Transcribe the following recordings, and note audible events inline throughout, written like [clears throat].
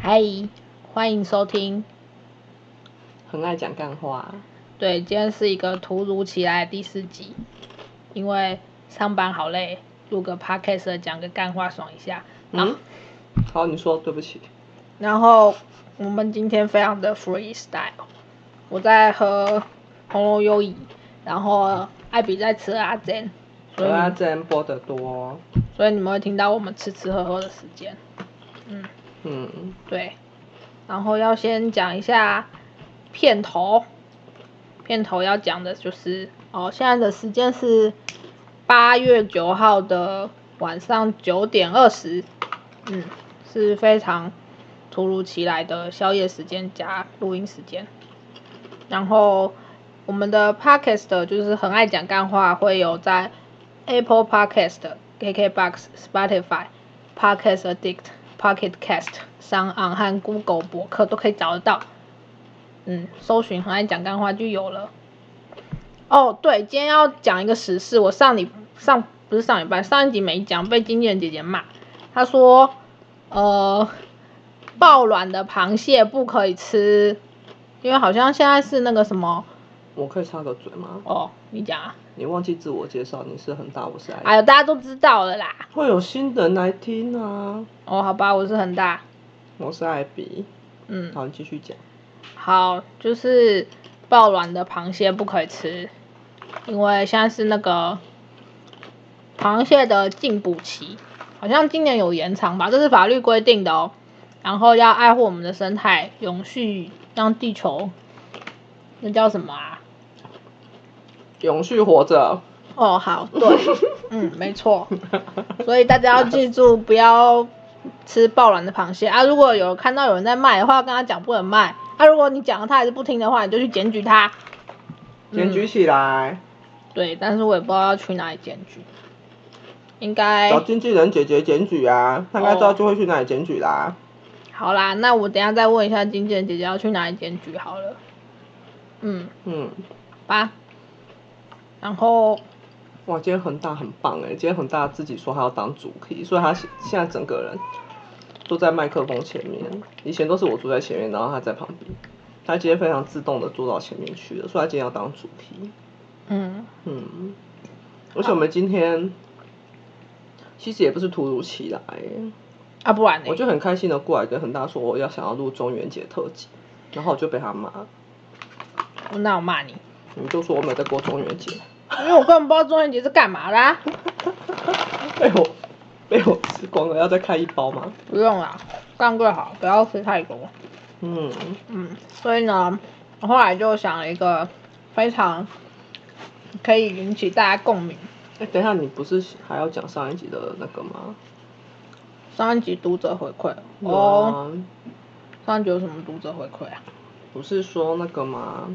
嗨，欢迎收听。很爱讲干话，啊对，今天是一个突如其来的第四集，因为上班好累，录个 podcast 讲个干话爽一下。嗯，好，你说，对不起，然后我们今天非常的 freestyle，我在喝红龙优怡，然后艾比在吃阿珍，所我要以真播得多，所以你们会听到我们吃吃喝喝的时间。嗯，嗯，对。然后要先讲一下片头，片头要讲的就是哦，现在的时间是八月九号的晚上九点二十，嗯，是非常突如其来的宵夜时间加录音时间。然后我们的 podcast 就是很爱讲干话，会有在 Apple Podcast、KKBox、Spotify、Podcast Addict、Pocket Cast、上岸和 Google 博客都可以找得到。嗯，搜寻“很爱讲干话”就有了。哦，对，今天要讲一个时事，我上礼上不是上礼拜上一集没讲，被经纪人姐姐骂，她说，呃，爆卵的螃蟹不可以吃，因为好像现在是那个什么，我可以插个嘴吗？哦，你讲啊，你忘记自我介绍，你是很大，我是哎爱，呦，大家都知道了啦。会有新人来听啊，哦，好吧，我是很大，我是艾比，嗯，好，你继续讲，好，就是爆卵的螃蟹不可以吃，因为现在是那个螃蟹的禁捕期，好像今年有延长吧，这是法律规定的哦。然后要爱护我们的生态，永续让地球，那叫什么啊？永续活着，哦，好，对，嗯，没错。所以大家要记住，不要吃爆卵的螃蟹啊！如果有看到有人在卖的话，跟他讲不能卖。啊，如果你讲了他还是不听的话，你就去检举他。嗯检举起来，对，但是我也不知道要去哪里检举，应该找经纪人姐姐检举啊，他应该知哎哦道就会去哪里检举啦，好啦。那我等一下再问一下经纪人姐姐要去哪里检举好了。嗯，嗯，吧。然后哇，今天很大很棒哎，今天很大自己说他要当主题，所以他现现在整个人坐在麦克风前面，以前都是我坐在前面，然后他在旁边，他今天非常自动的坐到前面去了，所以他今天要当主题，嗯，嗯，而且我们今天其实也不是突如其来欸，啊，不然呢我？就很开心的过来跟恒大说我要想要录中元节特辑，然后我就被他骂，我那我骂你，你就说我没有在过中元节， [laughs] 因为我根本不知道中元节是干嘛的、啊。被我被我吃光了，要再开一包吗？不用啦，干最好，不要吃太多。嗯。嗯，所以呢，我后来就想了一个非常可以引起大家共鸣。哎、等一下，你不是还要讲上一集的那个吗？上一集读者回馈有哦，啊，上一集有什么读者回馈啊？不是说那个吗？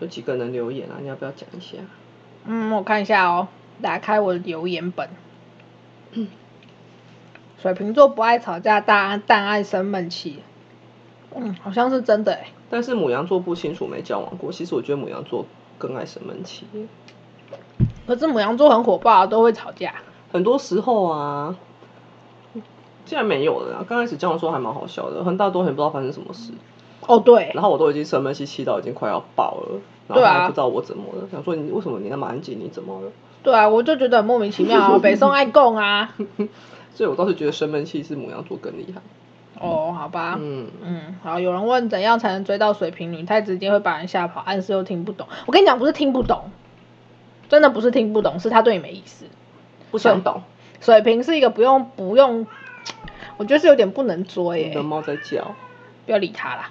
有几个人留言啊？你要不要讲一下？嗯，我看一下哦，打开我的留言本。嗯水瓶座不爱吵架，但但爱生闷气。嗯，好像是真的哎、但是母羊座不清楚没交往过，其实我觉得母羊座更爱生闷气。可是母羊座很火爆、啊，都会吵架。很多时候啊，竟然没有了啊！刚开始交往的时候还蛮好笑的，很大多很不知道发生什么事，哦，对，然后我都已经生闷气气到已经快要爆了，然后对啊他还不知道我怎么了，想说你为什么你那么安静，你怎么了？对啊，我就觉得很莫名其妙 [laughs] 啊，北宋爱共啊。所以我倒是觉得生闷气是母羊座更厉害。哦，好吧。嗯，嗯，好，有人问怎样才能追到水瓶女？太直接会把人吓跑，暗示又听不懂。我跟你讲，不是听不懂，真的不是听不懂，是他对你没意思。不想懂。水瓶是一个不用不用，我觉得是有点不能追耶、你的猫在叫。不要理他啦。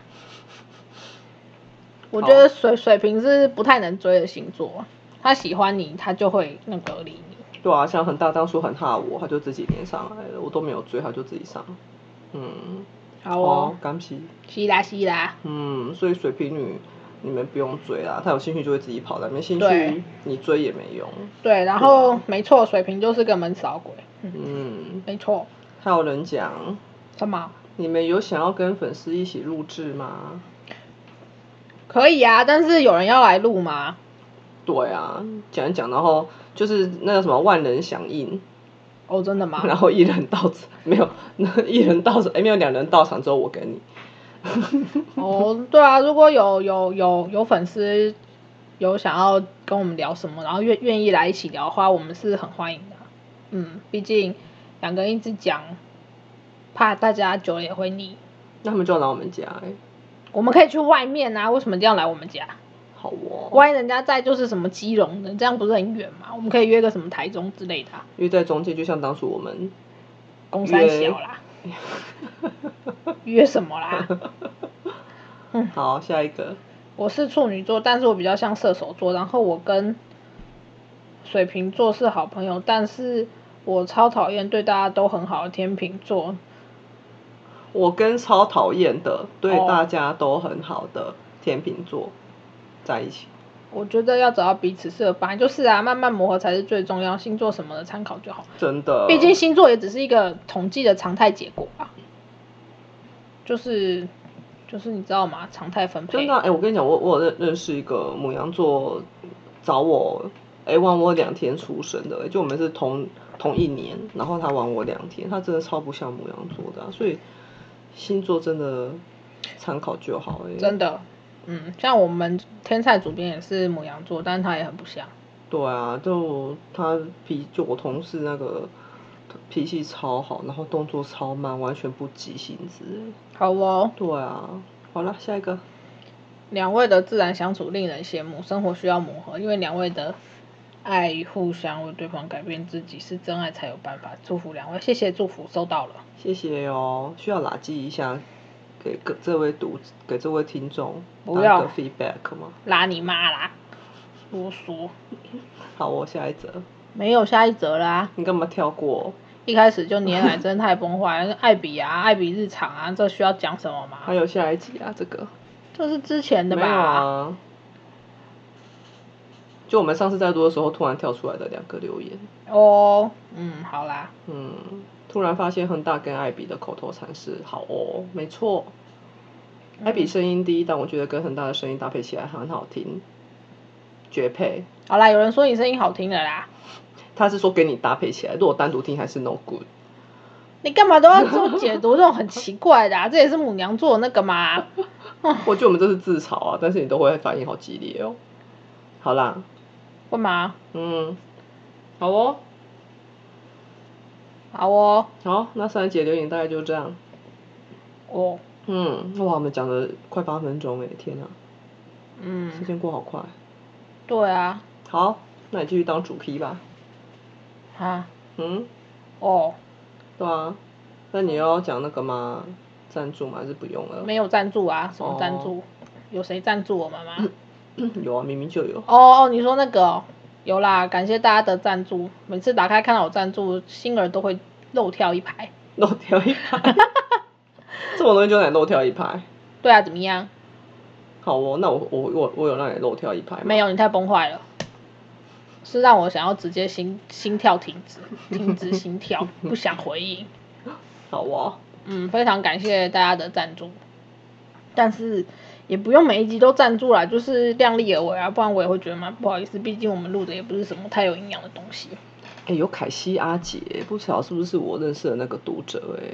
我觉得水水瓶是不太能追的星座，他喜欢你，他就会那个理你。对啊，像恒大当初很怕我，他就自己连上来了，我都没有追，他就自己上。嗯，好哦，干皮。吸啦吸啦，嗯，所以水瓶女你们不用追啦，她有兴趣就会自己跑的，没兴对趣你追也没用。对，然后没错，水瓶就是个闷骚鬼，嗯，嗯，没错，还有人讲，什么？你们有想要跟粉丝一起录制吗？可以啊，但是有人要来录吗？对啊，讲一讲，然后就是那个什么万人响应，哦，真的吗？ [laughs] 然后一人到场没有，一人到场哎没有两人到场之后我跟你，哦，对啊，如果有有有有粉丝有想要跟我们聊什么，然后愿愿意来一起聊的话，我们是很欢迎的。嗯，毕竟两个人一直讲，怕大家久了也会腻。那他们就要来我们家哎、我们可以去外面啊，为什么一定要来我们家？好哦，万一人家在就是什么基隆的，这样不是很远吗？我们可以约个什么台中之类的、啊，因为在中间就像当初我们，公山小啦，约什么 [laughs] 啦？嗯好下一个我是处女座，但是我比较像射手座，然后我跟水瓶座是好朋友，但是我超讨厌对大家都很好的天秤座。我跟超讨厌的对哦大家都很好的天秤座在一起，我觉得要找到彼此适合，本来就是啊，慢慢磨合才是最重要。星座什么的参考就好，真的，毕竟星座也只是一个统计的常态结果啊。就是就是你知道吗？常态分配。真的啊哎、我跟你讲，我我有认认识一个母羊座找我，哎、晚我两天出生的、哎就我们是同同一年，然后他晚我两天，他真的超不像母羊座的啊、所以星座真的参考就好、哎，真的，嗯，像我们天菜主编也是母羊座，但是他也很不像。对啊，就他脾就我同事那个脾气超好，然后动作超慢，完全不急性子、哎好哦，对啊，好了，下一个，两位的自然相处令人羡慕，生活需要磨合，因为两位的爱互相为对方改变自己是真爱才有办法。祝福两位，谢谢祝福，收到了。谢谢哦，需要垃圾一下。给给这位读给这位听众不当要个 feedback 吗？拉你妈啦，啰嗦。好，我下一则。没有下一则啦，你干嘛跳过？一开始就黏奶真太崩坏，艾比啊，艾比日常啊，这需要讲什么还吗？有下一集啊？这个这是之前的没吧？有啊。就我们上次在录的时候，突然跳出来的两个留言，哦，嗯，好啦，嗯，突然发现恒大跟艾比的口头禅是“好哦”，没错。嗯艾比声音低，但我觉得跟恒大的声音搭配起来很好听，绝配。好啦，有人说你声音好听了啦，他是说给你搭配起来，如果单独听还是 no good。你干嘛都要这么解读这种很奇怪的、啊？这也是母娘做的那个嘛。 [laughs] 我觉得我们这是自嘲啊，但是你都会反应好激烈哦。好啦，干嘛？嗯，好哦。好哦，好，那三节留言大概就这样。哦，嗯，哇，我们讲了快八分钟哎，天啊，时嗯，间过好快。对啊，好，那你继续当主 P 吧。啊，嗯，哦，对啊，那你要讲那个吗？赞助吗？还是不用了？没有赞助啊，什么赞助？有谁赞助我们吗？ [clears throat] 有啊，明明就有。哦哦，你说那个哦、有啦，感谢大家的赞助，每次打开看到有赞助，心儿都会漏跳一排。漏掉一排， [laughs] 这种东西就得漏掉一排。对啊，怎么样？好哦，那我我我我有让你漏掉一排吗？没有，你太崩坏了，是让我想要直接心心跳停止，停止心跳，不想回应。好哦，嗯，非常感谢大家的赞助，但是也不用每一集都赞助啦，就是量力而为啊，不然我也会觉得蛮不好意思。毕竟我们录的也不是什么太有营养的东西，哎、有凯西阿姐，不晓得是不是我认识的那个读者哎、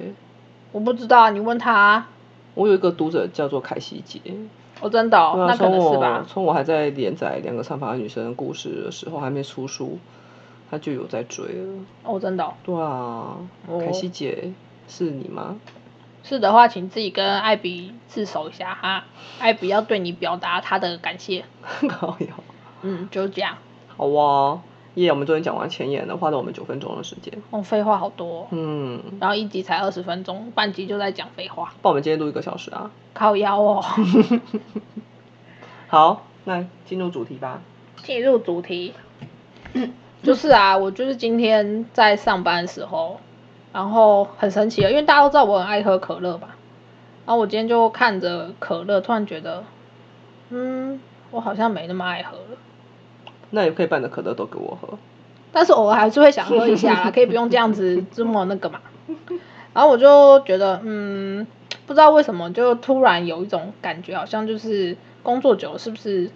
我不知道啊，你问他啊、我有一个读者叫做凯西姐，哦，真的、哦对，啊，那可从能是我吧。从我还在连载《两个长发女生的故事》的时候，还没出书，他就有在追了。哦，真的哦、对啊，哦凯西姐是你吗？ [laughs] 是的话，请自己跟艾比自首一下哈，艾比要对你表达他的感谢。好呀，嗯，就这样。好哇，耶！我们终于讲完前言了，花了我们九分钟的时间。哦，废话好多、哦，嗯，然后一集才二十分钟，半集就在讲废话，帮我们今天录一个小时啊。 [laughs] 靠腰哦。好，那进入主题吧。进入主题， [clears throat] 就是啊，我就是今天在上班的时候，然后很神奇的，啊因为大家都知道我很爱喝可乐吧，然后我今天就看着可乐，突然觉得，嗯，我好像没那么爱喝了，那也可以把你的可乐都给我喝。但是偶尔还是会想喝一下啦，可以不用这样子这么那个嘛。然后我就觉得，嗯，不知道为什么，就突然有一种感觉，好像就是工作久了是不是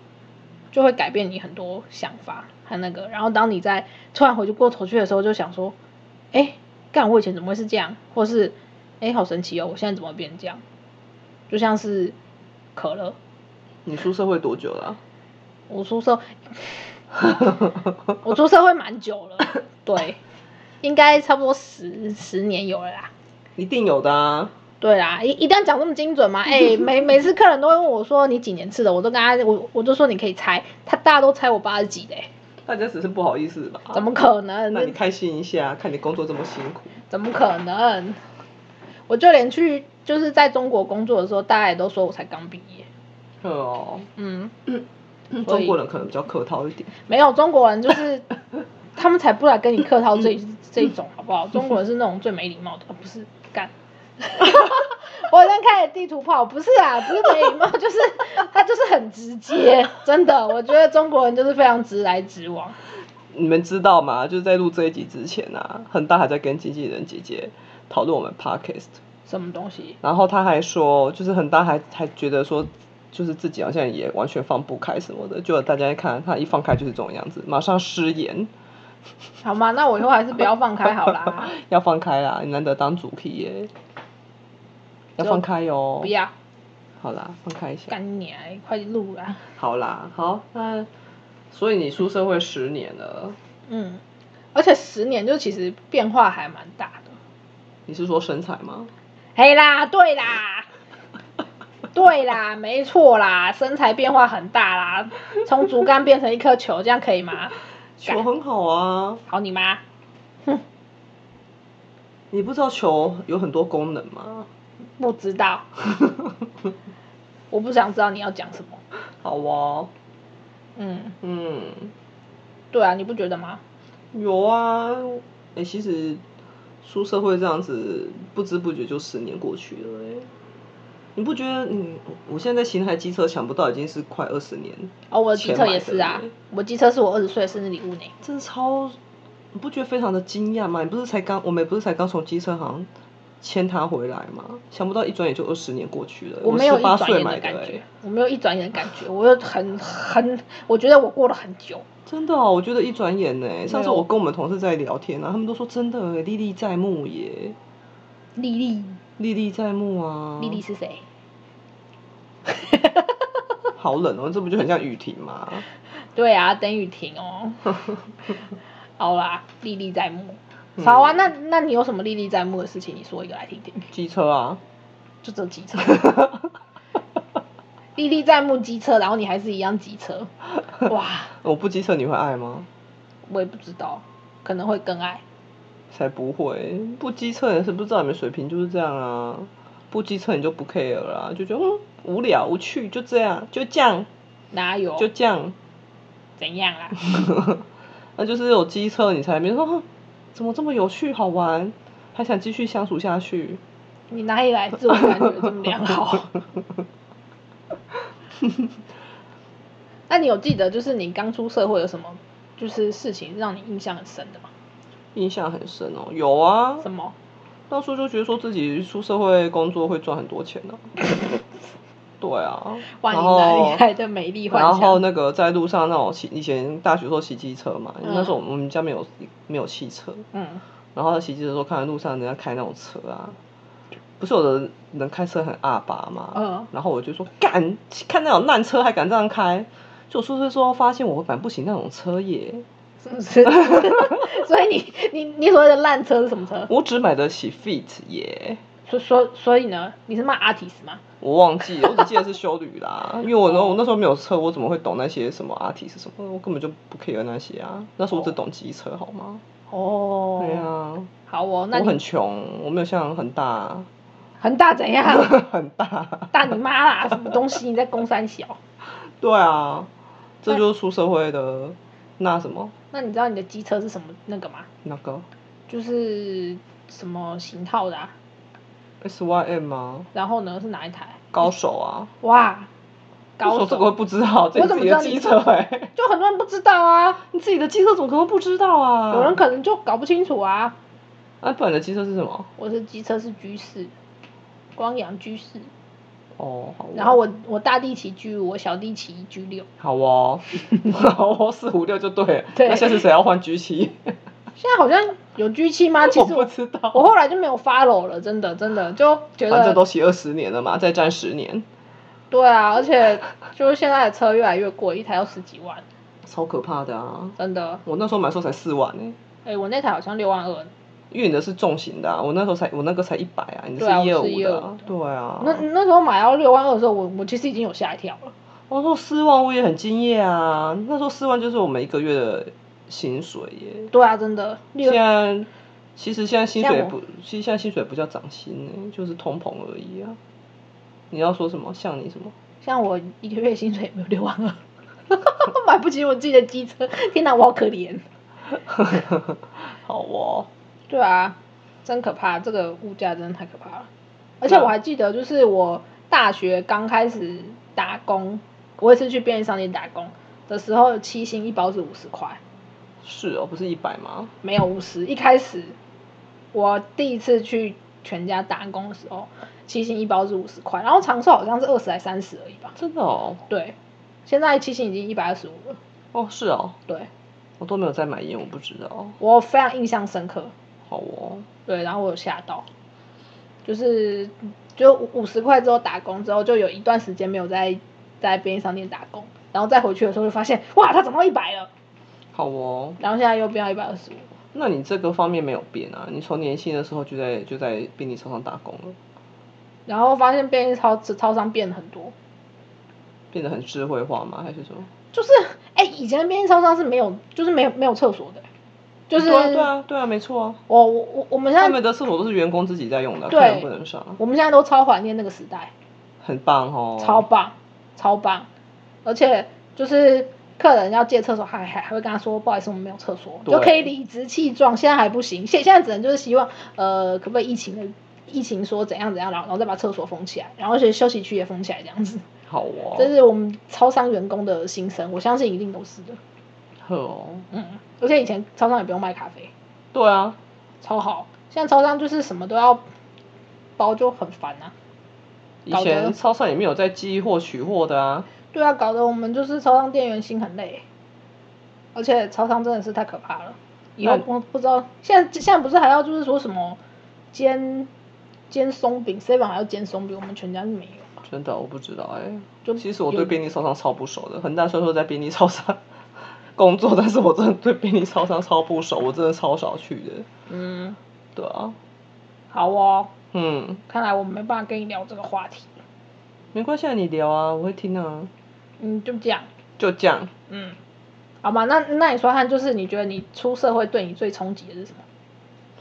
就会改变你很多想法和那个。然后当你在突然回去过头去的时候，就想说，哎，干我以前怎么会是这样，或是哎好神奇哦，我现在怎么变这样？就像是可乐，你出社会多久了我出社，啊、 [laughs] 我出社会蛮久 [laughs] 了，对，应该差不多十十年有了啦。一定有的啊。对啦，一一定要讲这么精准吗？哎、 [laughs] 每每次客人都会问我说你几年次的，我都跟他我我就说你可以猜，他大家都猜我八十几的、哎大家只是不好意思吧？怎么可能？哦那你开心一下，看你工作这么辛苦，怎么可能？我就连去就是在中国工作的时候，大家也都说我才刚毕业。哦。嗯，所以中国人可能比较客套一点，没有中国人就是他们才不来跟你客套这 [coughs] 这一种好不好？中国人是那种最没礼貌的，哦不是干。我在看你地图炮，不是啊，不是没礼貌， [laughs] 就是他就是很直接，真的，我觉得中国人就是非常直来直往。你们知道吗？就是在录这一集之前啊，恒大还在跟经纪人姐姐讨论我们 podcast，什么东西？然后他还说，就是恒大还还觉得说，就是自己好像也完全放不开什么的，就大家一看他一放开就是这种样子，马上失言，好吗？那我以后还是不要放开好啦， [laughs] 要放开啦，你难得当主 key 耶，要放开哟、不要好啦，放开一下，干你啊！快录啦。好啦，好，那所以你出社会十年了，嗯，而且十年就其实变化还蛮大的。你是说身材吗？嘿啦，对啦，对啦，没错啦，身材变化很大啦，从竹竿变成一颗球，这样可以吗？球很好啊，好你妈！哼，你不知道球有很多功能吗？ [laughs] 不知道，我不想知道你要讲什么。好哦，嗯，嗯。对啊，你不觉得吗？有啊，哎、其实出社会这样子，不知不觉就十年过去了、欸，你不觉得你我现在在新台机车想不到已经是快二十年，哦，我的机车也是钱买啊的耶，我机车是我二十岁的生日礼物呢。真的超，你不觉得非常的惊讶吗？你不是才刚我们不是才刚从机车行牵他回来吗？想不到一转眼就二十年过去了，我没有十一八转岁眼买感的、觉欸，，我没有一转眼的感觉，我又很很，我觉得我过了很久。真的、哦，我觉得一转眼呢、上次我跟我们同事在聊天啊，他们都说真的、欸，历历在目耶，丽丽，历历在目啊，丽丽是谁？好冷哦，这不就很像雨停吗？对啊，邓雨婷哦。好啦，历历在目。好啊，那那你有什么历历在目的事情？你说一个来听听。机车啊，就只有机车，历历在目机车，然后你还是一样机车，哇，我哦不机车你会爱吗？我也不知道，可能会更爱。才不会，不机车人是不知道你们水平就是这样啊，不机车你就不 care 啦，就觉得嗯无聊无趣，就这样就这样哪有？就这样， [laughs] 怎样啦？ [laughs] 那就是有机车你才没说哼怎么这么有趣好玩，还想继续相处下去。你哪里来自我感觉这么良好？那你有记得就是你刚出社会有什么就是事情让你印象很深的吗？印象很深哦，有啊，什么？当初就觉得说自己出社会工作会赚很多钱呢、 [laughs] 对啊，万然你后哪里来的美丽幻然后想？那个在路上那种骑，以前大学的时候骑机车嘛，嗯那时候我们家没有没有汽车，嗯，然后骑机车的时候看到路上人家开那种车啊，不是有的人人开车很阿巴嘛，嗯然后我就说敢看那种烂车还敢这样开，就我出去之后发现我蛮不行那种车耶，是不是？ [laughs] 所以你你你所谓的烂车是什么车？我只买得起 Fit 耶。所所所以呢？你是骂阿提斯吗？我忘记了，我只记得是修旅啦， [laughs] 因为我那我那时候没有车，我怎么会懂那些什么 artist 什么的？我根本就不 care 那些啊。那时候我只懂机车，好吗？哦，对啊，好哦，那我你很穷，我没有像恒大 [laughs] 恒大怎样？ [laughs] 很大。大你妈啦！什么东西？你在公三小？对啊，这那就是出社会的那什么那你知道你的机车是什么那个吗？那个就是什么型号的、啊？ S Y M 啊，然后呢是哪一台？高手啊，哇，高手为什么这个会不知道，这我是怎自么知道你己的机车哎、欸就很多人不知道啊，你自己的机车怎么可能不知道啊？有人可能就搞不清楚啊。啊，不然你的机车是什么？我是机车是 G 四，光阳 G 四，哦，好哦然后我我大地骑 G 五，我小弟骑 G 六。[laughs] 好哦，好哦，四五六就对了。对那下次谁要换 G 七？现在好像有 G 七吗？其我实不我知道，我后来就没有 follow 了，真的真的就觉哦反正得都骑二十年了嘛，再战十年，对啊，而且就是现在的车越来越贵，一台要十几万，超可怕的啊！真的。我那时候买的时候才四万呢、哎、我那台好像六万二，因为你的是重型的、啊，我那时候才我那个才一百啊，你的对啊一二我是五的125啊的，对啊。那那时候买到六万二的时候，我我其实已经有吓一跳了。我说四万我也很惊讶啊，那时候四万就是我们一个月的薪水耶。对啊，真的，六现在其实现在薪水像我不，其实现在薪水不叫涨薪呢、就是通膨而已啊。你要说什么？像你什么？ [laughs] 像我一个月薪水也没有六万二， [laughs] 买不起我自己的机车，天哪，我好可怜。好哦，对啊，真可怕，这个物价真的太可怕了。而且我还记得，就是我大学刚开始打工，我也是去便利商店打工的时候，七星一包是五十块，是哦，不是一百吗？没有五十。一开始我第一次去全家打工的时候，七星一包是五十块，然后长寿好像是二十还三十而已吧。真的哦，对，现在七星已经一百二十五了。哦是哦，对我都没有在买烟，我不知道。我非常印象深刻，好哦，对，然后我有吓到，就是就五十块之后打工之后，就有一段时间没有在在便利商店打工，然后再回去的时候就发现，哇，它涨到一百了，好哦，然后现在又变到一百二十五。那你这个方面没有变啊？你从年轻的时候就在就在便利超商打工了，然后发现便利超超商变了很多，变得很智慧化吗？还是什么？就是哎、以前便利超商是没有，就是没有没有厕所的，就是对啊对啊对啊，没错啊。我我我我们他现在们的厕所都是员工自己在用的，客对人不能上，啊我们现在都超怀念那个时代。很棒哦。超棒，超棒，而且就是客人要借厕所，还还还会跟他说不好意思，我们没有厕所，对就可以理直气壮。现在还不行，现现在只能就是希望呃，可不可以疫情的疫情说怎样怎样，然后然后再把厕所封起来，然后而且休息区也封起来这样子，好哦， [laughs] 这是我们超商员工的心声，我相信一定都是的。呵哦，嗯，而且以前超商也不用卖咖啡，对啊，超好，现在超商就是什么都要包就很烦啊。以搞得前超商也没有在寄货取货的啊，对啊，搞得我们就是超商店员心很累，而且超商真的是太可怕了。以后那不不知道，现在现在不是还要就是说什么煎煎松饼，seven 还要煎松饼，我们全家是没有。真的我不知道哎、就其实我有对便利超商超不熟的，很大虽然说在便利超商 [laughs] 工作，但是我真的对便利超商超不熟，我真的超少去的。嗯，对啊，好哦，嗯，看来我没办法跟你聊这个话题，没关系，啊，你聊啊，我会听啊，嗯，就这样，就这样。嗯，好嘛，那那你说看，就是你觉得你出社会对你最冲击的是什么？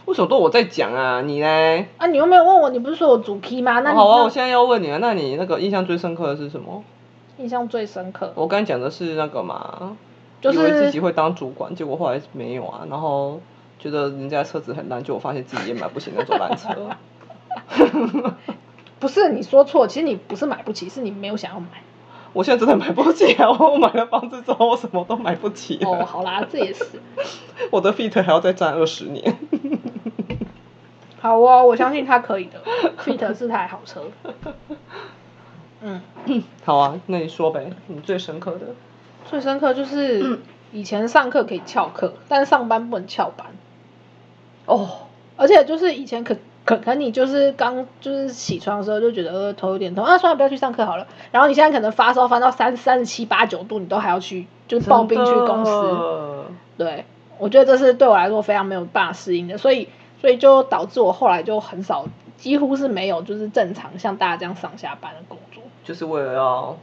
为什么都我在讲啊？你嘞？啊，你又没有问我，你不是说我主 key 吗？那哦你好啊，我那现在要问你啊，那你那个印象最深刻的是什么？印象最深刻，我刚才讲的是那个嘛，就以为自己是会当主管，结果后来没有啊，然后觉得人家车子很烂，结果发现自己也买不起那种烂车。 [laughs] 不是你说错，其实你不是买不起，是你没有想要买。我现在真的买不起啊！我买了房子之后，我什么都买不起了哦，好啦，这也是我的 fit 还要再站二十年。 [laughs] 好哦，我相信他可以的。Fit 是台好车。嗯，好啊，那你说呗，你最深刻的。最深刻就是以前上课可以翘课，但上班不能翘班，哦，而且就是以前可。可可你就是刚就是起床的时候就觉得呃头有点痛啊，算了不要去上课好了。然后你现在可能发烧发到三三十七八九度，你都还要去就是抱病去公司，司。对，我觉得这是对我来说非常没有办法适应的，所以所以就导致我后来就很少，几乎是没有就是正常像大家这样上下班的工作，就是为了要，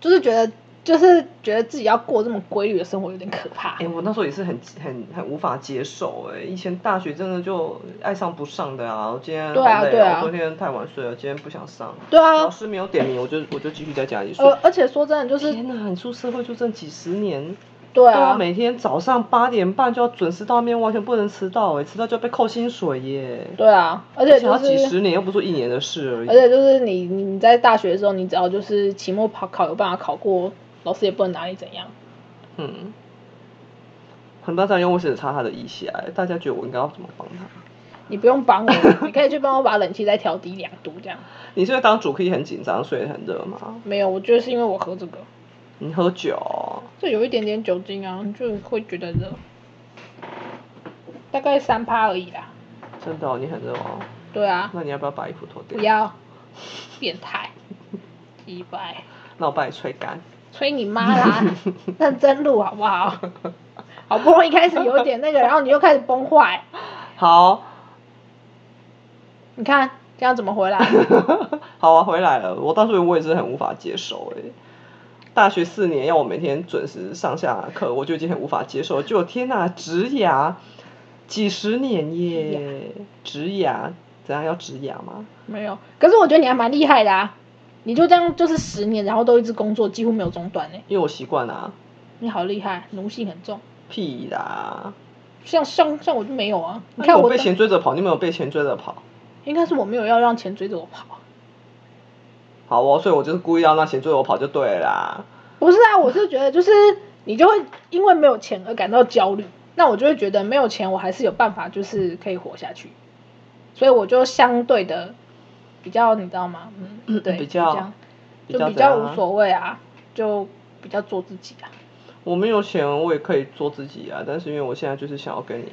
就是觉得就是觉得自己要过这么规律的生活有点可怕哎、。我那时候也是很很很无法接受哎、以前大学真的就爱上不上的啊，我今天好累、对啊对啊我昨天太晚睡了，今天不想上。对老啊，师没有点名，我就我就继续在家里睡。呃，而且说真的，就是天哪，你出社会就挣几十年，对对啊，啊，每天早上八点半就要准时到面，完全不能迟到哎，迟到就要被扣薪水耶。对啊，而而且且要就几是十年，又不是一年的事而而已。且就是你你在大学的时候，你只要就是期末考考有办法考过，老师也不能拿你怎样。嗯，很多战友我只差他的意下哎，大家觉得我应该要怎么帮他？你不用帮我，你可以去帮我把冷气再调低两度这样。你是因为当主 K 很紧张，所以很热吗？没有，我觉得是因为我喝这个。你喝酒哦？这有一点点酒精啊，就会觉得热。大概三趴而已啦。真的、哦，你很热哦。对啊，那你要不要把衣服脱掉？不。要，变态，鸡掰，那我帮你吹干。吹你妈啦！认真录好不好？好不容易开始有点那个，然后你又开始崩坏，好， [laughs] 你看这样怎么回来？好啊，回来了。我当时我也是很无法接受哎、大学四年要我每天准时上下课，我就已经很无法接受了。就天哪，植牙几十年耶，植牙怎样要植牙吗？没有，可是我觉得你还蛮厉害的啊！你就这样就是十年，然后都一直工作，几乎没有中断呢、因为我习惯啦，你好厉害，奴性很重。屁啦！哎像像像我就没有啊！你看我我被当钱追着跑，你没有被钱追着跑。应该是我没有要让钱追着我跑啊。好哦，所以我就是故意要让钱追着我跑就对了啦。不是 [laughs] 啊，我是觉得就是你就会因为没有钱而感到焦虑，那我就会觉得没有钱我还是有办法，就是可以活下去，所以我就相对的比较你知道吗？嗯，对，比较就较比较怎样无啊所谓啊，就比较做自己啊。我没有钱，我也可以做自己啊。但是因为我现在就是想要跟你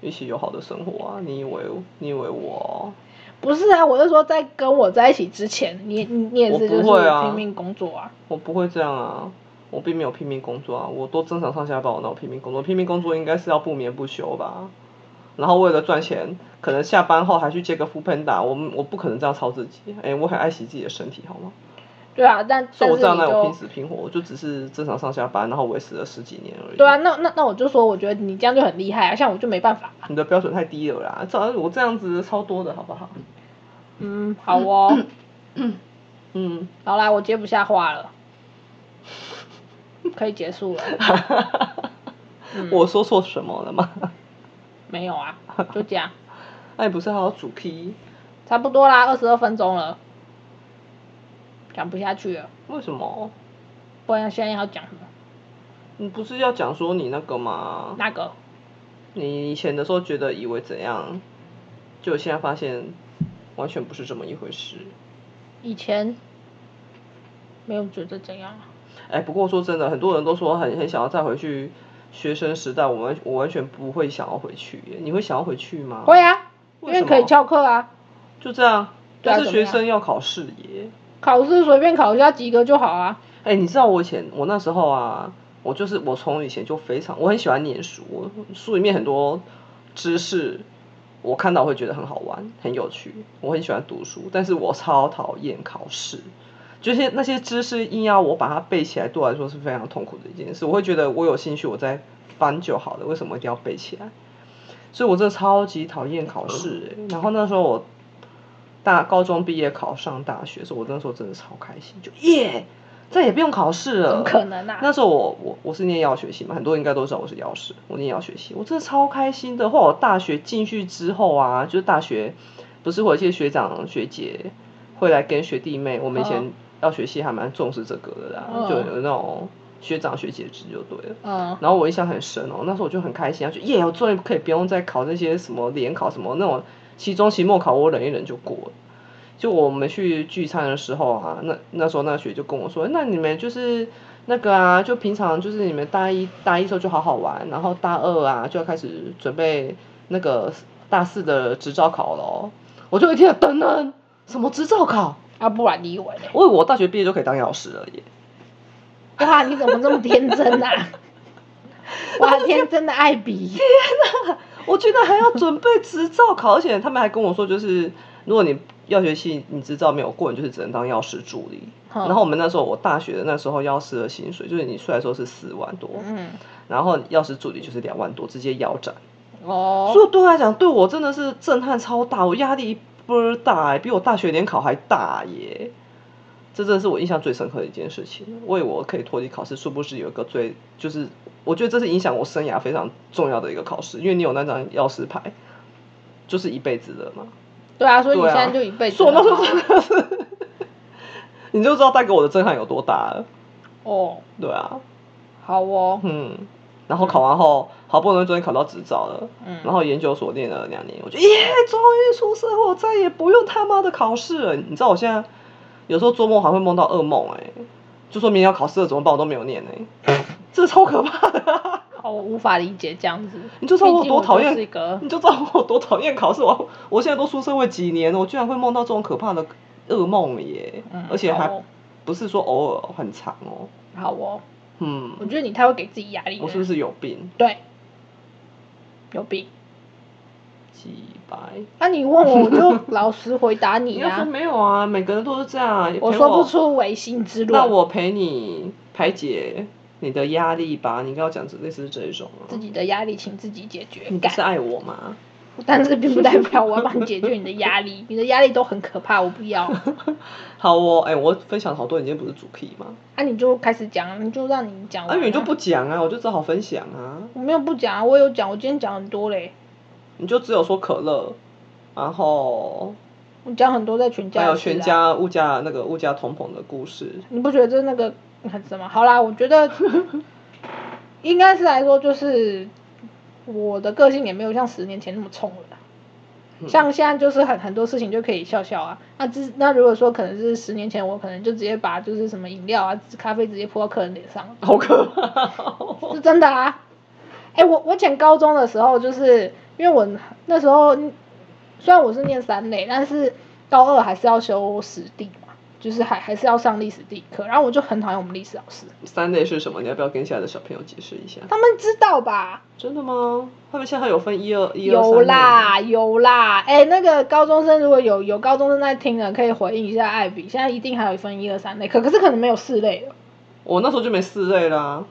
一起有好的生活啊。你以为你以为我？不是啊，我是说在跟我在一起之前，你你你也我是不就是会啊拼命工作啊，我不会这样啊。我并没有拼命工作啊，我都正常上下班，我哪有拼命工作？拼命工作应该是要不眠不休吧。然后为了赚钱，可能下班后还去接个副喷打，我们我不可能这样操自己。哎，我很爱惜自己的身体，好吗？对啊，但但所以是我你这样哪有拼就死拼活？我就只是正常上下班，然后维持了十几年而已。对啊，那那那我就说，我觉得你这样就很厉害啊，像我就没办法啊、你的标准太低了啦，照我这样子超多的好不好？嗯，好哦，嗯， [coughs] 好啦，我接不下话了，可以结束 [laughs] 了。嗯我说错什么了吗？没有啊，就这样，那你不是还有主 key？差不多啦，二十二分钟了，讲不下去了，为什么？不然现在要讲什么？你不是要讲说你那个吗？那个你以前的时候觉得以为怎样，就现在发现完全不是这么一回事。以前没有觉得怎样啊，哎，不过说真的，很多人都说很很想要再回去学生时代，我完我完全不会想要回去耶。你会想要回去吗？会啊，因为什为么可以翘课啊，就这样，对啊但是怎么学样生要考试耶。考试随便考一下及格就好啊。哎、你知道我以前我那时候啊，我就是我从以前就非常我很喜欢念书，我书里面很多知识，我看到会觉得很好玩、很有趣，我很喜欢读书，但是我超讨厌考试。就是那些知识硬要我把它背起来，对我来说是非常痛苦的一件事。我会觉得我有兴趣，我再翻就好了，为什么一定要背起来？所以我真的超级讨厌考试、嗯欸。然后那时候我大高中毕业考上大学的时候，我那时候真的超开心，就耶，再也不用考试怎了。么可能啊？那时候我我我是念药学系嘛，很多人应该都知道我是药师，我念药学系，我真的超开心的。后来我大学进去之后啊，就是大学不是会有一些学长学姐会来跟学弟妹，我们以前嗯药学系还蛮重视这个的啦，嗯就有那种学长学姐制就对了。嗯，然后我印象很深哦，那时候我就很开心啊，就耶，我终于可以不用再考那些什么联考什么那种期中、期末考，我忍一忍就过了。就我们去聚餐的时候啊，那那时候那个学姐就跟我说，那你们就是那个啊，就平常就是你们大一大一时候就好好玩，然后大二啊就要开始准备那个大四的执照考咯。我就一听，等等，什么执照考？啊，不然你以为嘞？我以为我大学毕业就可以当药师了耶。哇，你怎么这么天真 [laughs] 啊？哇，天真的艾比，我觉得还要准备执照考，而且他们还跟我说，就是如果你药学系你执照没有过，你就是只能当药师助理。嗯然后我们那时候，我大学的那时候，药师的薪水就是你出来的时候是四万多，嗯，然后药师助理就是两万多，直接腰斩。哦，所以对我来讲，对我真的是震撼超大，我压力倍儿大、欸，比我大学联考还大耶。这真的是我印象最深刻的一件事情。我以为我可以脱离考试，殊不知有一个最就是，我觉得这是影响我生涯非常重要的一个考试，因为你有那张药师牌，就是一辈子的嘛。对啊，所以你对啊现在就一辈子所以了我嘛。那时候真的是， [laughs] 你就知道带给我的震撼有多大了。哦，对啊，好哦，嗯，然后考完后，好不容易终于考到执照了，嗯然后研究所念了两年，我觉得耶，终于出社会，我再也不用他妈的考试了。你知道我现在有时候做梦还会梦到噩梦、哎，就说明天要考试了，怎么办？我都没有念哎、这超可怕的、哦，我无法理解这样子。你就知道我毕竟多讨厌就是一个你就知道我多讨厌考试。我我现在都出社会几年了，我居然会梦到这种可怕的噩梦了耶！嗯而且好还哦不是说偶尔，很长哦。好哦，嗯我，觉得你太会给自己压力了。我是不是有病？对，有病。几百？那、你问我，我就老实回答 [laughs] 你你要说啊。没有啊，每个人都是这样。陪我说不出违心之论。那我陪你排解你的压力吧。你刚刚讲这类似这一种、啊自，己的压力，请自己解决。你不干是，爱我吗？但是并不代表我要帮你解决你的压力，你的压力都很可怕，我不要。好哦，哎、我分享好多，你今天不是主 key 吗？那、啊你就开始讲，你就让你讲啊，完啊。你就不讲啊，我就只好分享啊。我没有不讲啊，我有讲，我今天讲很多嘞，你就只有说可乐，然后我讲很多在全家、还有全。家物价那个物价通膨的故事。你不觉得这那个很什么？好啦，我觉得应该是来说，就是我的个性也没有像十年前那么冲了啦。嗯像现在就是很很多事情就可以笑笑啊，那之那如果说可能是十年前，我可能就直接把就是什么饮料啊、咖啡直接泼到客人脸上，好可怕、哦！ [laughs] 是真的啊。哎、我我以前高中的时候，就是因为我那时候虽然我是念三类，但是高二还是要修史地嘛，就是还还是要上历史地课，然后我就很讨厌我们历史老师，三类是什么？你要不要跟现在的小朋友解释一下？他们知道吧？真的吗？他们现在有分一二一二三有类吗，啦有啦，哎、那个高中生如果有有高中生在听的，可以回应一下艾比，现在一定还有一分一二三类课，可是可能没有四类了，我那时候就没四类啦。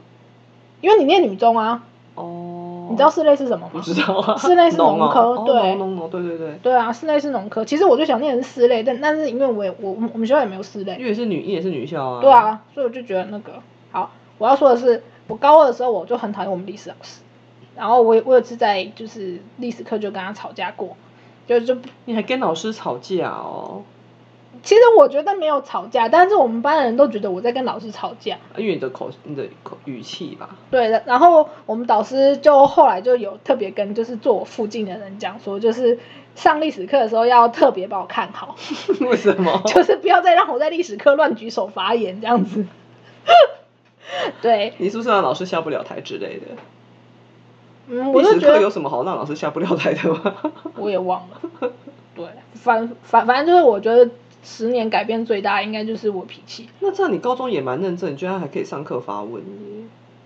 因为你念女中啊，哦，你知道四类是什么不吗？知道啊， [laughs] 室内是农农哦科哦对农农农，对对对，对啊，室内是农科，其实我就想念的是四类，但但是因为我也我我们学校也没有四类，因为也是女，也是女校啊。对，啊，所以我就觉得那个好，我要说的是，我高二的时候我就很讨厌我们历史老师，然后我也我有次在就是历史课就跟他吵架过，就就你还跟老师吵架哦，其实我觉得没有吵架，但是我们班的人都觉得我在跟老师吵架，啊因为你的口，你的口语气吧。 [laughs] 对的，然后我们导师就后来就有特别跟就是坐我附近的人讲说，就是上历史课的时候要特别把我看好， [laughs] 为什么？就是不要再让我在历史课乱举手发言这样子， [laughs] 对，你是不是让老师下不了台之类的？嗯，我历就史觉课得有什么好让老师下不了台的吗？ [laughs] 我也忘了。对，反反反正就是我觉得十年改变最大应该就是我脾气，那这样你高中也蛮认真，你居然还可以上课发问，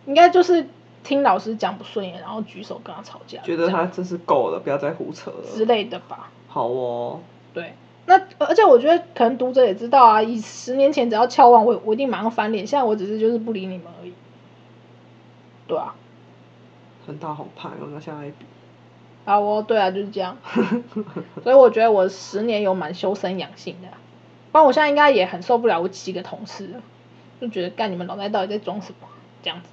应该就是听老师讲不顺眼，然后举手跟他吵架，觉得这样他真是够了，不要再胡扯之了。类的吧。好哦，对，那而且我觉得可能读者也知道啊，以十年前只要敲完我，我一定马上翻脸。现在我只是就是不理你们而已。对啊，很大好派哦，那现在比啊哦，对啊，就是这样。 [laughs] 所以我觉得我十年有蛮修身养性的啊，不然我现在应该也很受不了我几个同事了，就觉得干你们脑袋到底在装什么这样子。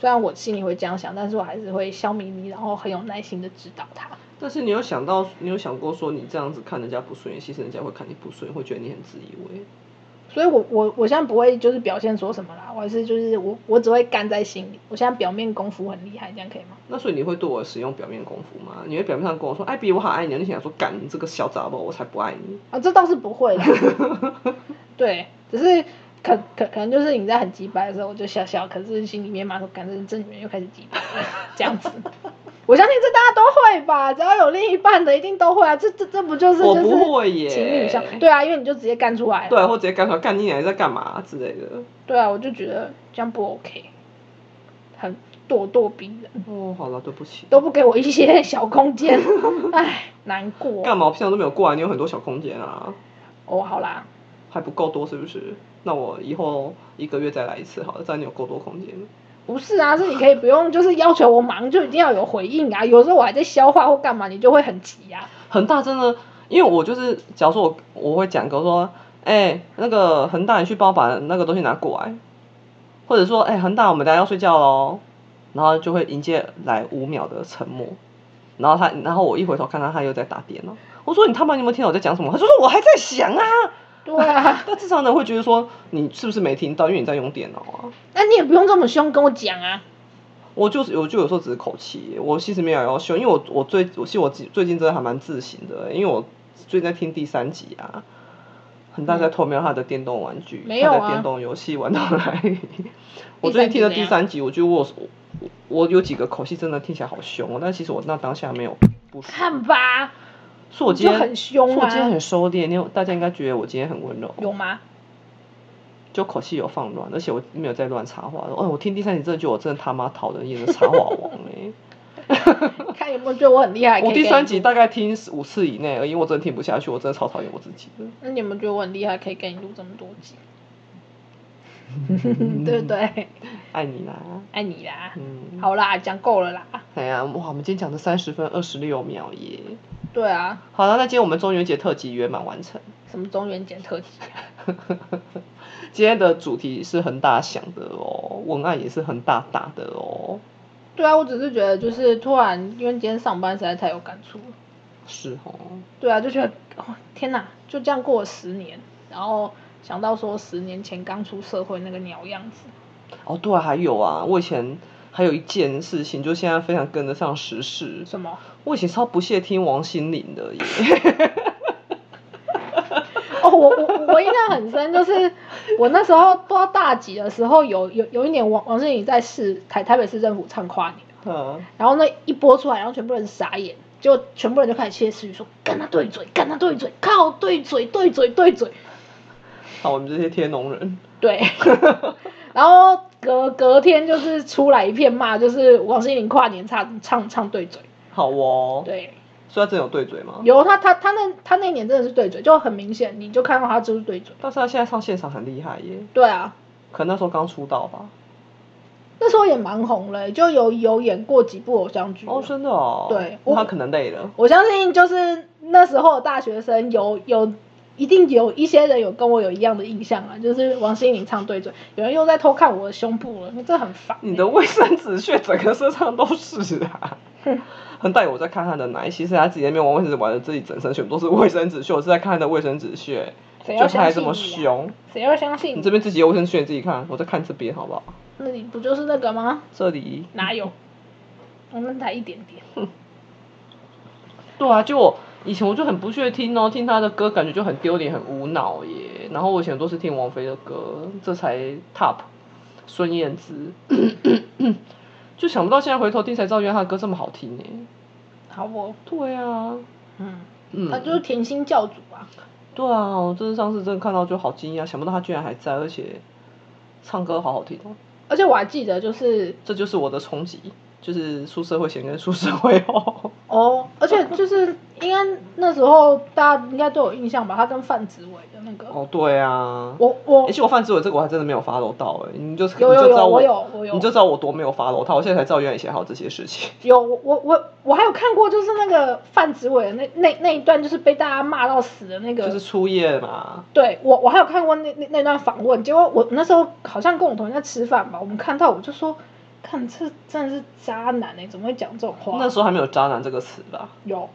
虽然我心里会这样想，但是我还是会笑眯眯，然后很有耐心的指导他。但是你有想到，你有想过说你这样子看人家不顺眼，其实人家会看你不顺眼，会觉得你很自以为。所以我我我现在不会就是表现说什么啦，我还是就是我我只会干在心里。我现在表面功夫很厉害，这样可以吗？那所以你会对我使用表面功夫吗？你会表面上跟我说，艾比，我好爱你啊，你想说，干你这个小杂包，我才不爱你。啊，这倒是不会 [laughs] 的。对，只是可可可能就是你在很急白的时候，我就笑笑，可是心里面马上感觉这女人又开始急白了，这 [laughs] 样子。我相信这大家都会吧，只要有另一半的一定都会啊，这这这不 [laughs] 就是我就不是会耶。情侣相对啊，因为你就直接干出来了。对，或直接干出来，干你娘你在干嘛、之类的。对啊，我就觉得这样不 OK，很咄咄逼人，哦，好了，对不起。都不给我一些 [laughs] 小空 [laughs] 间，唉，难过。干嘛？我平常都没有过来，你有很多小空间啊，哦，好啦，还不够多是不是？那我以后一个月再来一次好了，这样你有够多空间。不是啊，是你可以不用，就是要求我忙就一定要有回应啊。有时候我还在消化或干嘛，你就会很急啊。恒大真的，因为我就是，假如说我我会讲，我说，哎、那个恒大，你去帮我把那个东西拿过来，或者说，哎、恒大，我们等一下要睡觉喽，然后就会迎接来五秒的沉默，然后他，然后我一回头看他，他又在打电脑，我说你他妈你有没有听到我在讲什么？他就说我还在想啊，对 [laughs] 啊，但至少呢会觉得说你是不是没听到，因为你在用电脑啊。那你也不用这么凶跟我讲啊。我就是我就有时候只是口气，我其实没有要秀，因为我我最我其实我自己最近真的还蛮自省的，欸因为我最近在听第三集啊，很大在偷瞄他的电动玩具，嗯没有啊 [laughs] 他的电动游戏玩到来。我最近听了第三集，我觉得我我有几个口气真的听起来好凶哦，但其实我那当下没有不舒服。看吧，是我今天就很凶啊是我今天很收敛，因为大家应该觉得我今天很温柔，有吗？就口气有放软，而且我没有在乱插话。哦，我听第三集这句，我真的他妈讨人厌的插话王哎、看有没有觉得我很厉害？可我以第给三你集录，大概听五次以内而已，因为我真的听不下去，我真的超讨厌我自己的。那你有没有觉得我很厉害？可以给你录这么多集， [laughs] 对不对？爱你啦，爱你啦，嗯，好啦，讲够了啦。哎呀，哇，我们今天讲的三十分二十六秒耶。对啊，好了，那今天我们中元节特辑圆满完成。 [laughs] 什么中元节特辑啊？今天的主题是恒大想的哦，文案也是恒大打的哦，对啊，我只是觉得就是突然，因为今天上班实在太有感触了。是哦。对啊，就觉得哦天哪，就这样过了十年，然后想到说十年前刚出社会那个鸟样子，哦，对、啊，还有啊，我以前还有一件事情，就现在非常跟得上时事。什么？我以前超不屑听王心凌的耶，哦，我我我印象很深，就是我那时候不知道大几的时候，有有有一年王王心凌在市台台北市政府唱跨年，嗯，然后那一播出来，然后全部人傻眼，就全部人就开始窃窃私语说跟他对嘴，跟他对嘴，靠对嘴对嘴对嘴， [laughs] 好，我们这些天龙人，对， [laughs] 然后隔隔天就是出来一片骂，就是王心凌跨年唱唱唱对嘴，好哦。对。所以他真的有对嘴吗？有他他他那他那年真的是对嘴，就很明显，你就看到他就是对嘴。但是他现在上现场很厉害耶，对啊，可能那时候刚出道吧。那时候也蛮红了，欸就有有演过几部偶像剧。哦，真的哦。对那我他可能累了。我相信就是那时候的大学生有有。一定有一些人有跟我有一样的印象啊，就是王心凌唱对嘴，有人又在偷看我的胸部了，这很烦欸、你的卫生纸屑整个身上都是 [laughs] 啊。很大有我在看他的奶，其实他自己在那边玩卫生纸，玩的自己整身全部都是卫生纸屑。我是在看他的卫生纸屑，谁就要他还相这信么你、啊？凶。谁要相信你你这？边自己有卫生纸，你自己看，我在看这边好不好？那你不就是那个吗？这里，哪有？我们才一点点。对啊，就我以前我就很不屑听哦，听他的歌感觉就很丢脸、很无脑耶。然后我以前都是听王菲的歌，这才 top，孙燕姿， [clears throat] 就想不到现在回头听才知道，原来他的歌这么好听耶。好不？对啊，嗯，嗯，他就是甜心教主啊。对啊，我真的上次真的看到就好惊讶，想不到他居然还在，而且唱歌好好听哦。而且我还记得，就是这就是我的冲击，就是出社会前跟出社会后。 [laughs] 哦，而且就是应该那时候大家应该都有印象吧，他跟范子伟的那个，哦，对啊。我我而且我范志伟这个我还真的没有 follow 到哎、你就你有就有知道有我有我有你就知道我多没有 follow 他，我现在才知道原来以前还有这些事情。有我我我我还有看过，就是那个范子伟的那那那一段，就是被大家骂到死的那个，就是初夜嘛，对我我还有看过那那那段访问，结果我那时候好像跟我同学在吃饭吧，我们看到我就说，看这真的是渣男哎、怎么会讲这种话？那时候还没有“渣男”这个词吧？有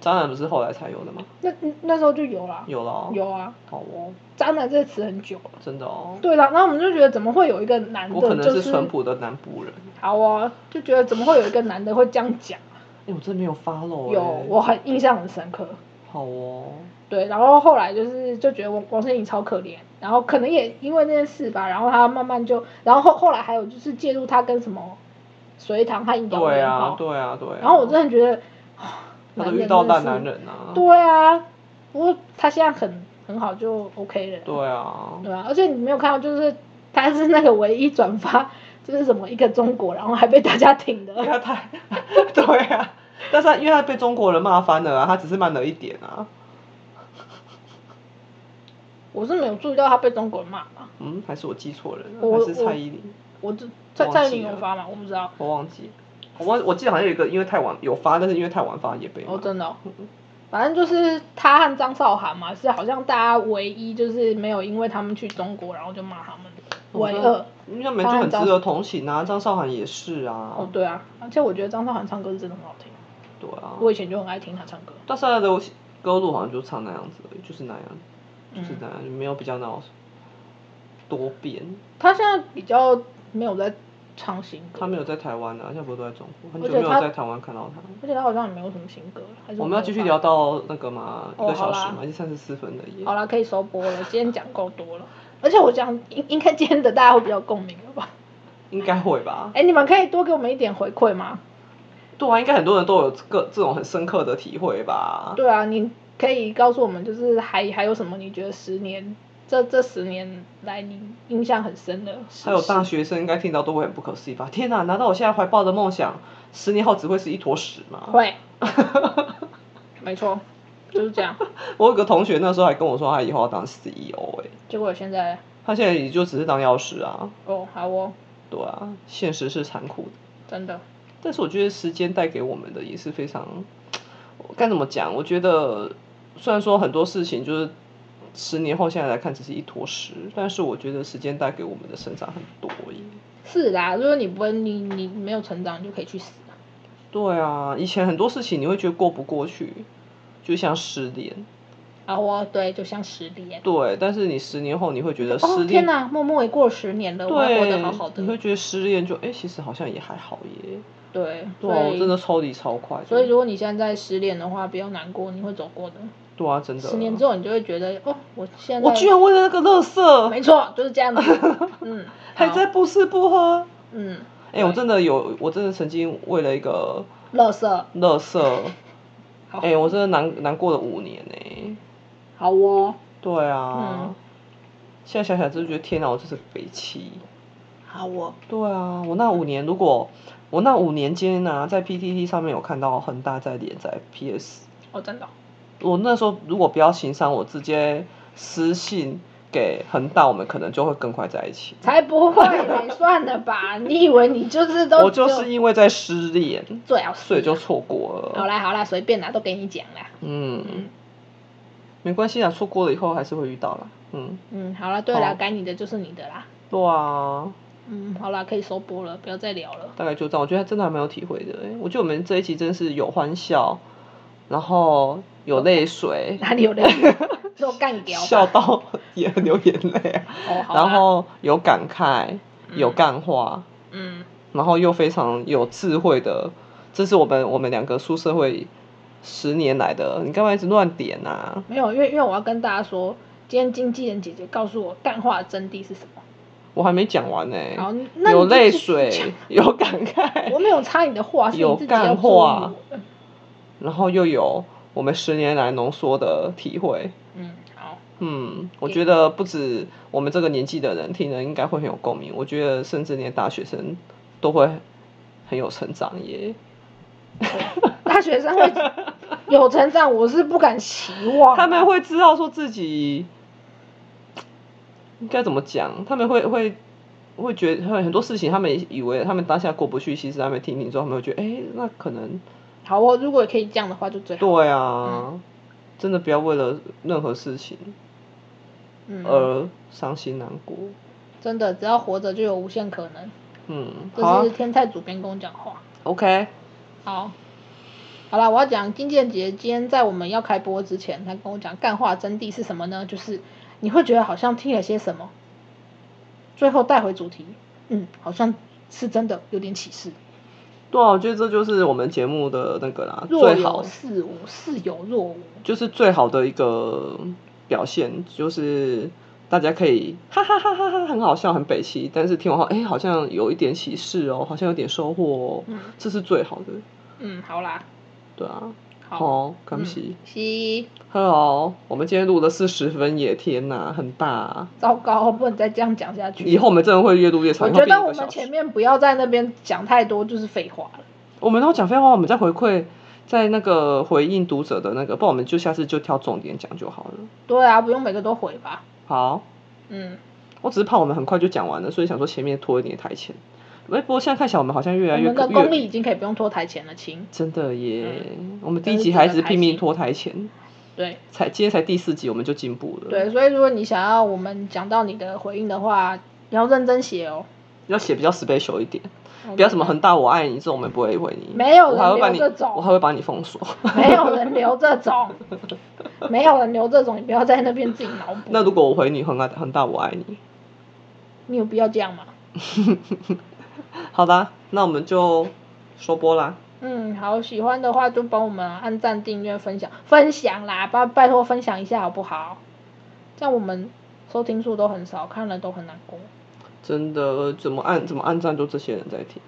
渣男不是后来才有的吗？那那时候就有啦，有了、哦，有啊，好哦，渣男这个词很久了。真的哦。对啦，然后我们就觉得怎么会有一个男的，我可能就是淳朴的南部人，好哦，就觉得怎么会有一个男的会这样讲？哎、我真的没有 follow 哎、有，我很印象很深刻。好哦，对，然后后来就是就觉得王王心凌超可怜，然后可能也因为这件事吧，然后他慢慢就，然后后后来还有就是介入他跟什么隋唐和姚对元啊浩，，对啊，对啊。然后我真的觉得，啊那都男人遇到真的烂是男人啊。对啊，不过他现在很很好就 OK 了，对啊，对啊，而且你没有看到就是他是那个唯一转发就是什么一个中国，然后还被大家挺的因为，他太， [laughs] 对啊，但是他因为他被中国人骂翻了啊，他只是慢了一点啊。我是没有注意到他被中国人骂吧，嗯，还是我记错人了，我还是蔡依林，我只在忘在记你有了发嘛，我不知道，我忘记。我我记得好像有一个，因为太晚有发，但是因为太晚发也被骂。哦真的哦、反正就是他和张韶涵嘛，是好像大家唯一就是没有因为他们去中国然后就骂他们的哦唯二。因为没就很值得同情啊，张韶涵也是啊。哦，对啊，而且我觉得张韶涵唱歌是真的很好听，对啊。我以前就很爱听她唱歌。但是他的歌路好像就唱那样子而已，就是那样，就是嗯，那样，没有比较那种多变。她现在比较没有在唱新歌，他没有在台湾啊，现在不是都在中国，很久而且没有他在台湾看到他。而且她好像也没有什么新歌了。还是我们要继续没有聊到那个嘛，一哦个小时好嘛，啦已经三十四分了耶吧。。好了，可以收播了，今天讲够多了，而且我讲应应该今天的大家会比较有共鸣了吧？应该会吧？哎、你们可以多给我们一点回馈吗？对啊，应该很多人都有这个这种很深刻的体会吧？对啊，你可以告诉我们，就是还还有什么你觉得十年这这十年来你印象很深的事还有大情学生应该听到都会很不可思议吧？天哪、难道我现在怀抱的梦想，十年后只会是一坨屎吗？会， [laughs] 没错，就是这样。我有个同学那时候还跟我说，他以后要当 CEO 哎、结果现在他现在也就只是当药师啊。哦，好哦，对啊，现实是残酷的，真的，但是我觉得时间带给我们的也是非常，我该怎么讲？我觉得虽然说很多事情就是十年后现在来看只是一坨屎，但是我觉得时间带给我们的成长很多耶。是啦，如果你不会，你你没有成长，你就可以去死。对啊，以前很多事情你会觉得过不过去，就像失恋，啊，我对，就像十年。对，但是你十年后你会觉得哦失天恋，哪，默默也过了十年了，我还活得好好对，你会的。觉得失恋就哎、其实好像也还好耶。对，对啊，所我真的以抽离超快的。所以如果你现在失恋的话，不要难过，你会走过的。对啊，真的。十年之后，你就会觉得哦，我现在我居然为了那个乐色，没错，就是这样 [laughs] 子。嗯，还好在不吃不喝。嗯，哎、我真的有，我真的曾经为了一个乐色乐色，好哎、我真的难难过了五年呢、好哦，对啊，嗯现在想想真的觉得天哪，我真是北气。好哦，对啊，我那五年如果我那五年间呢、在 PTT 上面有看到恒大在连载 PS，哦真的哦，我那时候如果不要情商，我直接私信给恒大，我们可能就会更快在一起。才不 [laughs] 会嘞，算了吧，你以为你就是都我就是因为在失恋，最好所以是就错过好了。啦好啦，随便啦，都给你讲啦。嗯嗯，没关系啊，错过了以后还是会遇到啦。嗯，嗯，好啦，对啦，好该你的就是你的啦。对啊，嗯，好啦，可以收播了，不要再聊 [laughs] 了。大概就这样。我觉得真的还蛮有体会的欸、我觉得我们这一集真是有欢笑，然后有泪水，哪里有 [laughs] 聊？都干掉吧。笑到也流眼泪啊、哦，好啦然后有感慨，有干话，嗯，然后又非常有智慧的，这是我们我们两个出社会十年来的。你干嘛一直乱点啊？没有，因为因为我要跟大家说，今天经纪人姐姐告诉我干话的真谛是什么。我还没讲完呢、好，那你有就泪继续讲水，有感我慨，没有插你的话，是你有自己要注干意话我。然后又有我们十年来浓缩的体会。嗯，好，嗯，我觉得不止我们这个年纪的人听了应该会很有共鸣，我觉得甚至连大学生都会很有成长耶。大学生会有成长，我是不敢期望。他们会知道说自己应该怎么讲，他们会会会觉得很多事情，他们以为他们当下过不去，其实他们听听之后，他们会觉得，哎、那可能好哦，如果可以这样的话，就最好。对啊，真的不要为了任何事情嗯，而伤心难过。真的，只要活着就有无限可能。嗯，好这啊是天才主编跟我讲话。 ，OK，好，好啦，我要讲金建杰今天在我们要开播之前，他跟我讲干话真谛是什么呢？就是你会觉得好像听了些什么，最后带回主题，嗯，好像是真的有点启示，对啊，我觉得这就是我们节目的那个啦，若最好有似无，似有若无。就是最好的一个表现，就是大家可以哈哈哈哈哈很好笑很北气，但是听完后哎、诶好像有一点启示哦，好像有点收获哦，嗯这是最好的，嗯，好啦，对啊，好，哦，感谢、嗯，西， Hello，我们今天录的四十分也天呐，很大、啊，糟糕，不能再这样讲下去。以后我们真的会越录越长，我以后觉变得一我个小们时前面不要在那边讲太多，就是废话了。我们都讲废话，我们再回馈。在那个回应读者的那个，不然我们就下次就挑重点讲就好了。对啊，不用每个都回吧。好，嗯，我只是怕我们很快就讲完了，所以想说前面拖一点台前。哎，不过现在看起来我们好像越我来越们的越功力已嗯经可以不用拖台前了，亲。真的耶！我们第真一是集值还得是开拼命心拖台前，对才今天才第四集我们就进步了。，对，所以如果你想要我们讲到你的回应的话，你要认真写哦。要写比较 special 一点，不要什么恒大我爱你这种我们不会回你。没有我人还会把留你，这种我还会把你封锁。 [laughs] 没有人留这种，没有人留这种，你不要在那边自己脑补。那如果我回你恒大恒大我爱你， [laughs] 你有必要这样吗？好啦，那我们就收播啦。嗯，好，喜欢的话就帮我们按赞、订阅、分享、分享啦，拜拜托分享一下好不好？这样我们收听数都很少，看了都很难过。真的怎么按怎么按赞都这些人在听，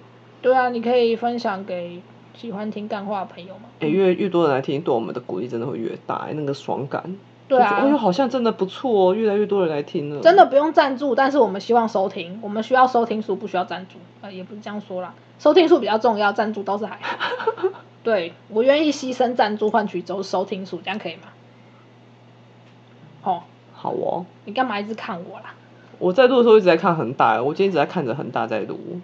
对啊，你可以分享给喜欢听干话的朋友嘛。哎、越越多人来听，对我们的鼓励真的会越大、那个爽感。对就觉得哎呦，啊，好像真的不错哦，越来越多人来听了。真的不用赞助，但是我们希望收听，我们需要收听数，不需要赞助。呃，也不是这样说啦，收听数比较重要，赞助倒是还好。对我愿意牺牲赞助换取周收听数，这样可以吗？哦，好哦。你干嘛一直看我啦？我在录的时候一直在看恒大，我今天一直在看着恒大在录。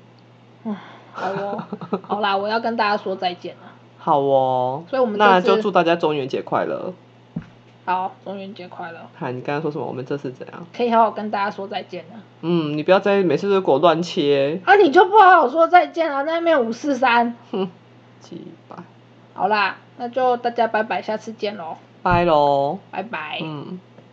嗯，好哦，好啦，我要跟大家说再见了。好哦，所以我们那这次就祝大家中元节快乐。好，中元节快乐！嗨，你刚才说什么？我们这次怎样？可以好好跟大家说再见了。嗯，你不要再每次都给我乱切，啊，你就不好好说再见了，在那边五四三。哼，几百，好啦，那就大家拜拜，下次见喽，拜喽。拜拜。嗯。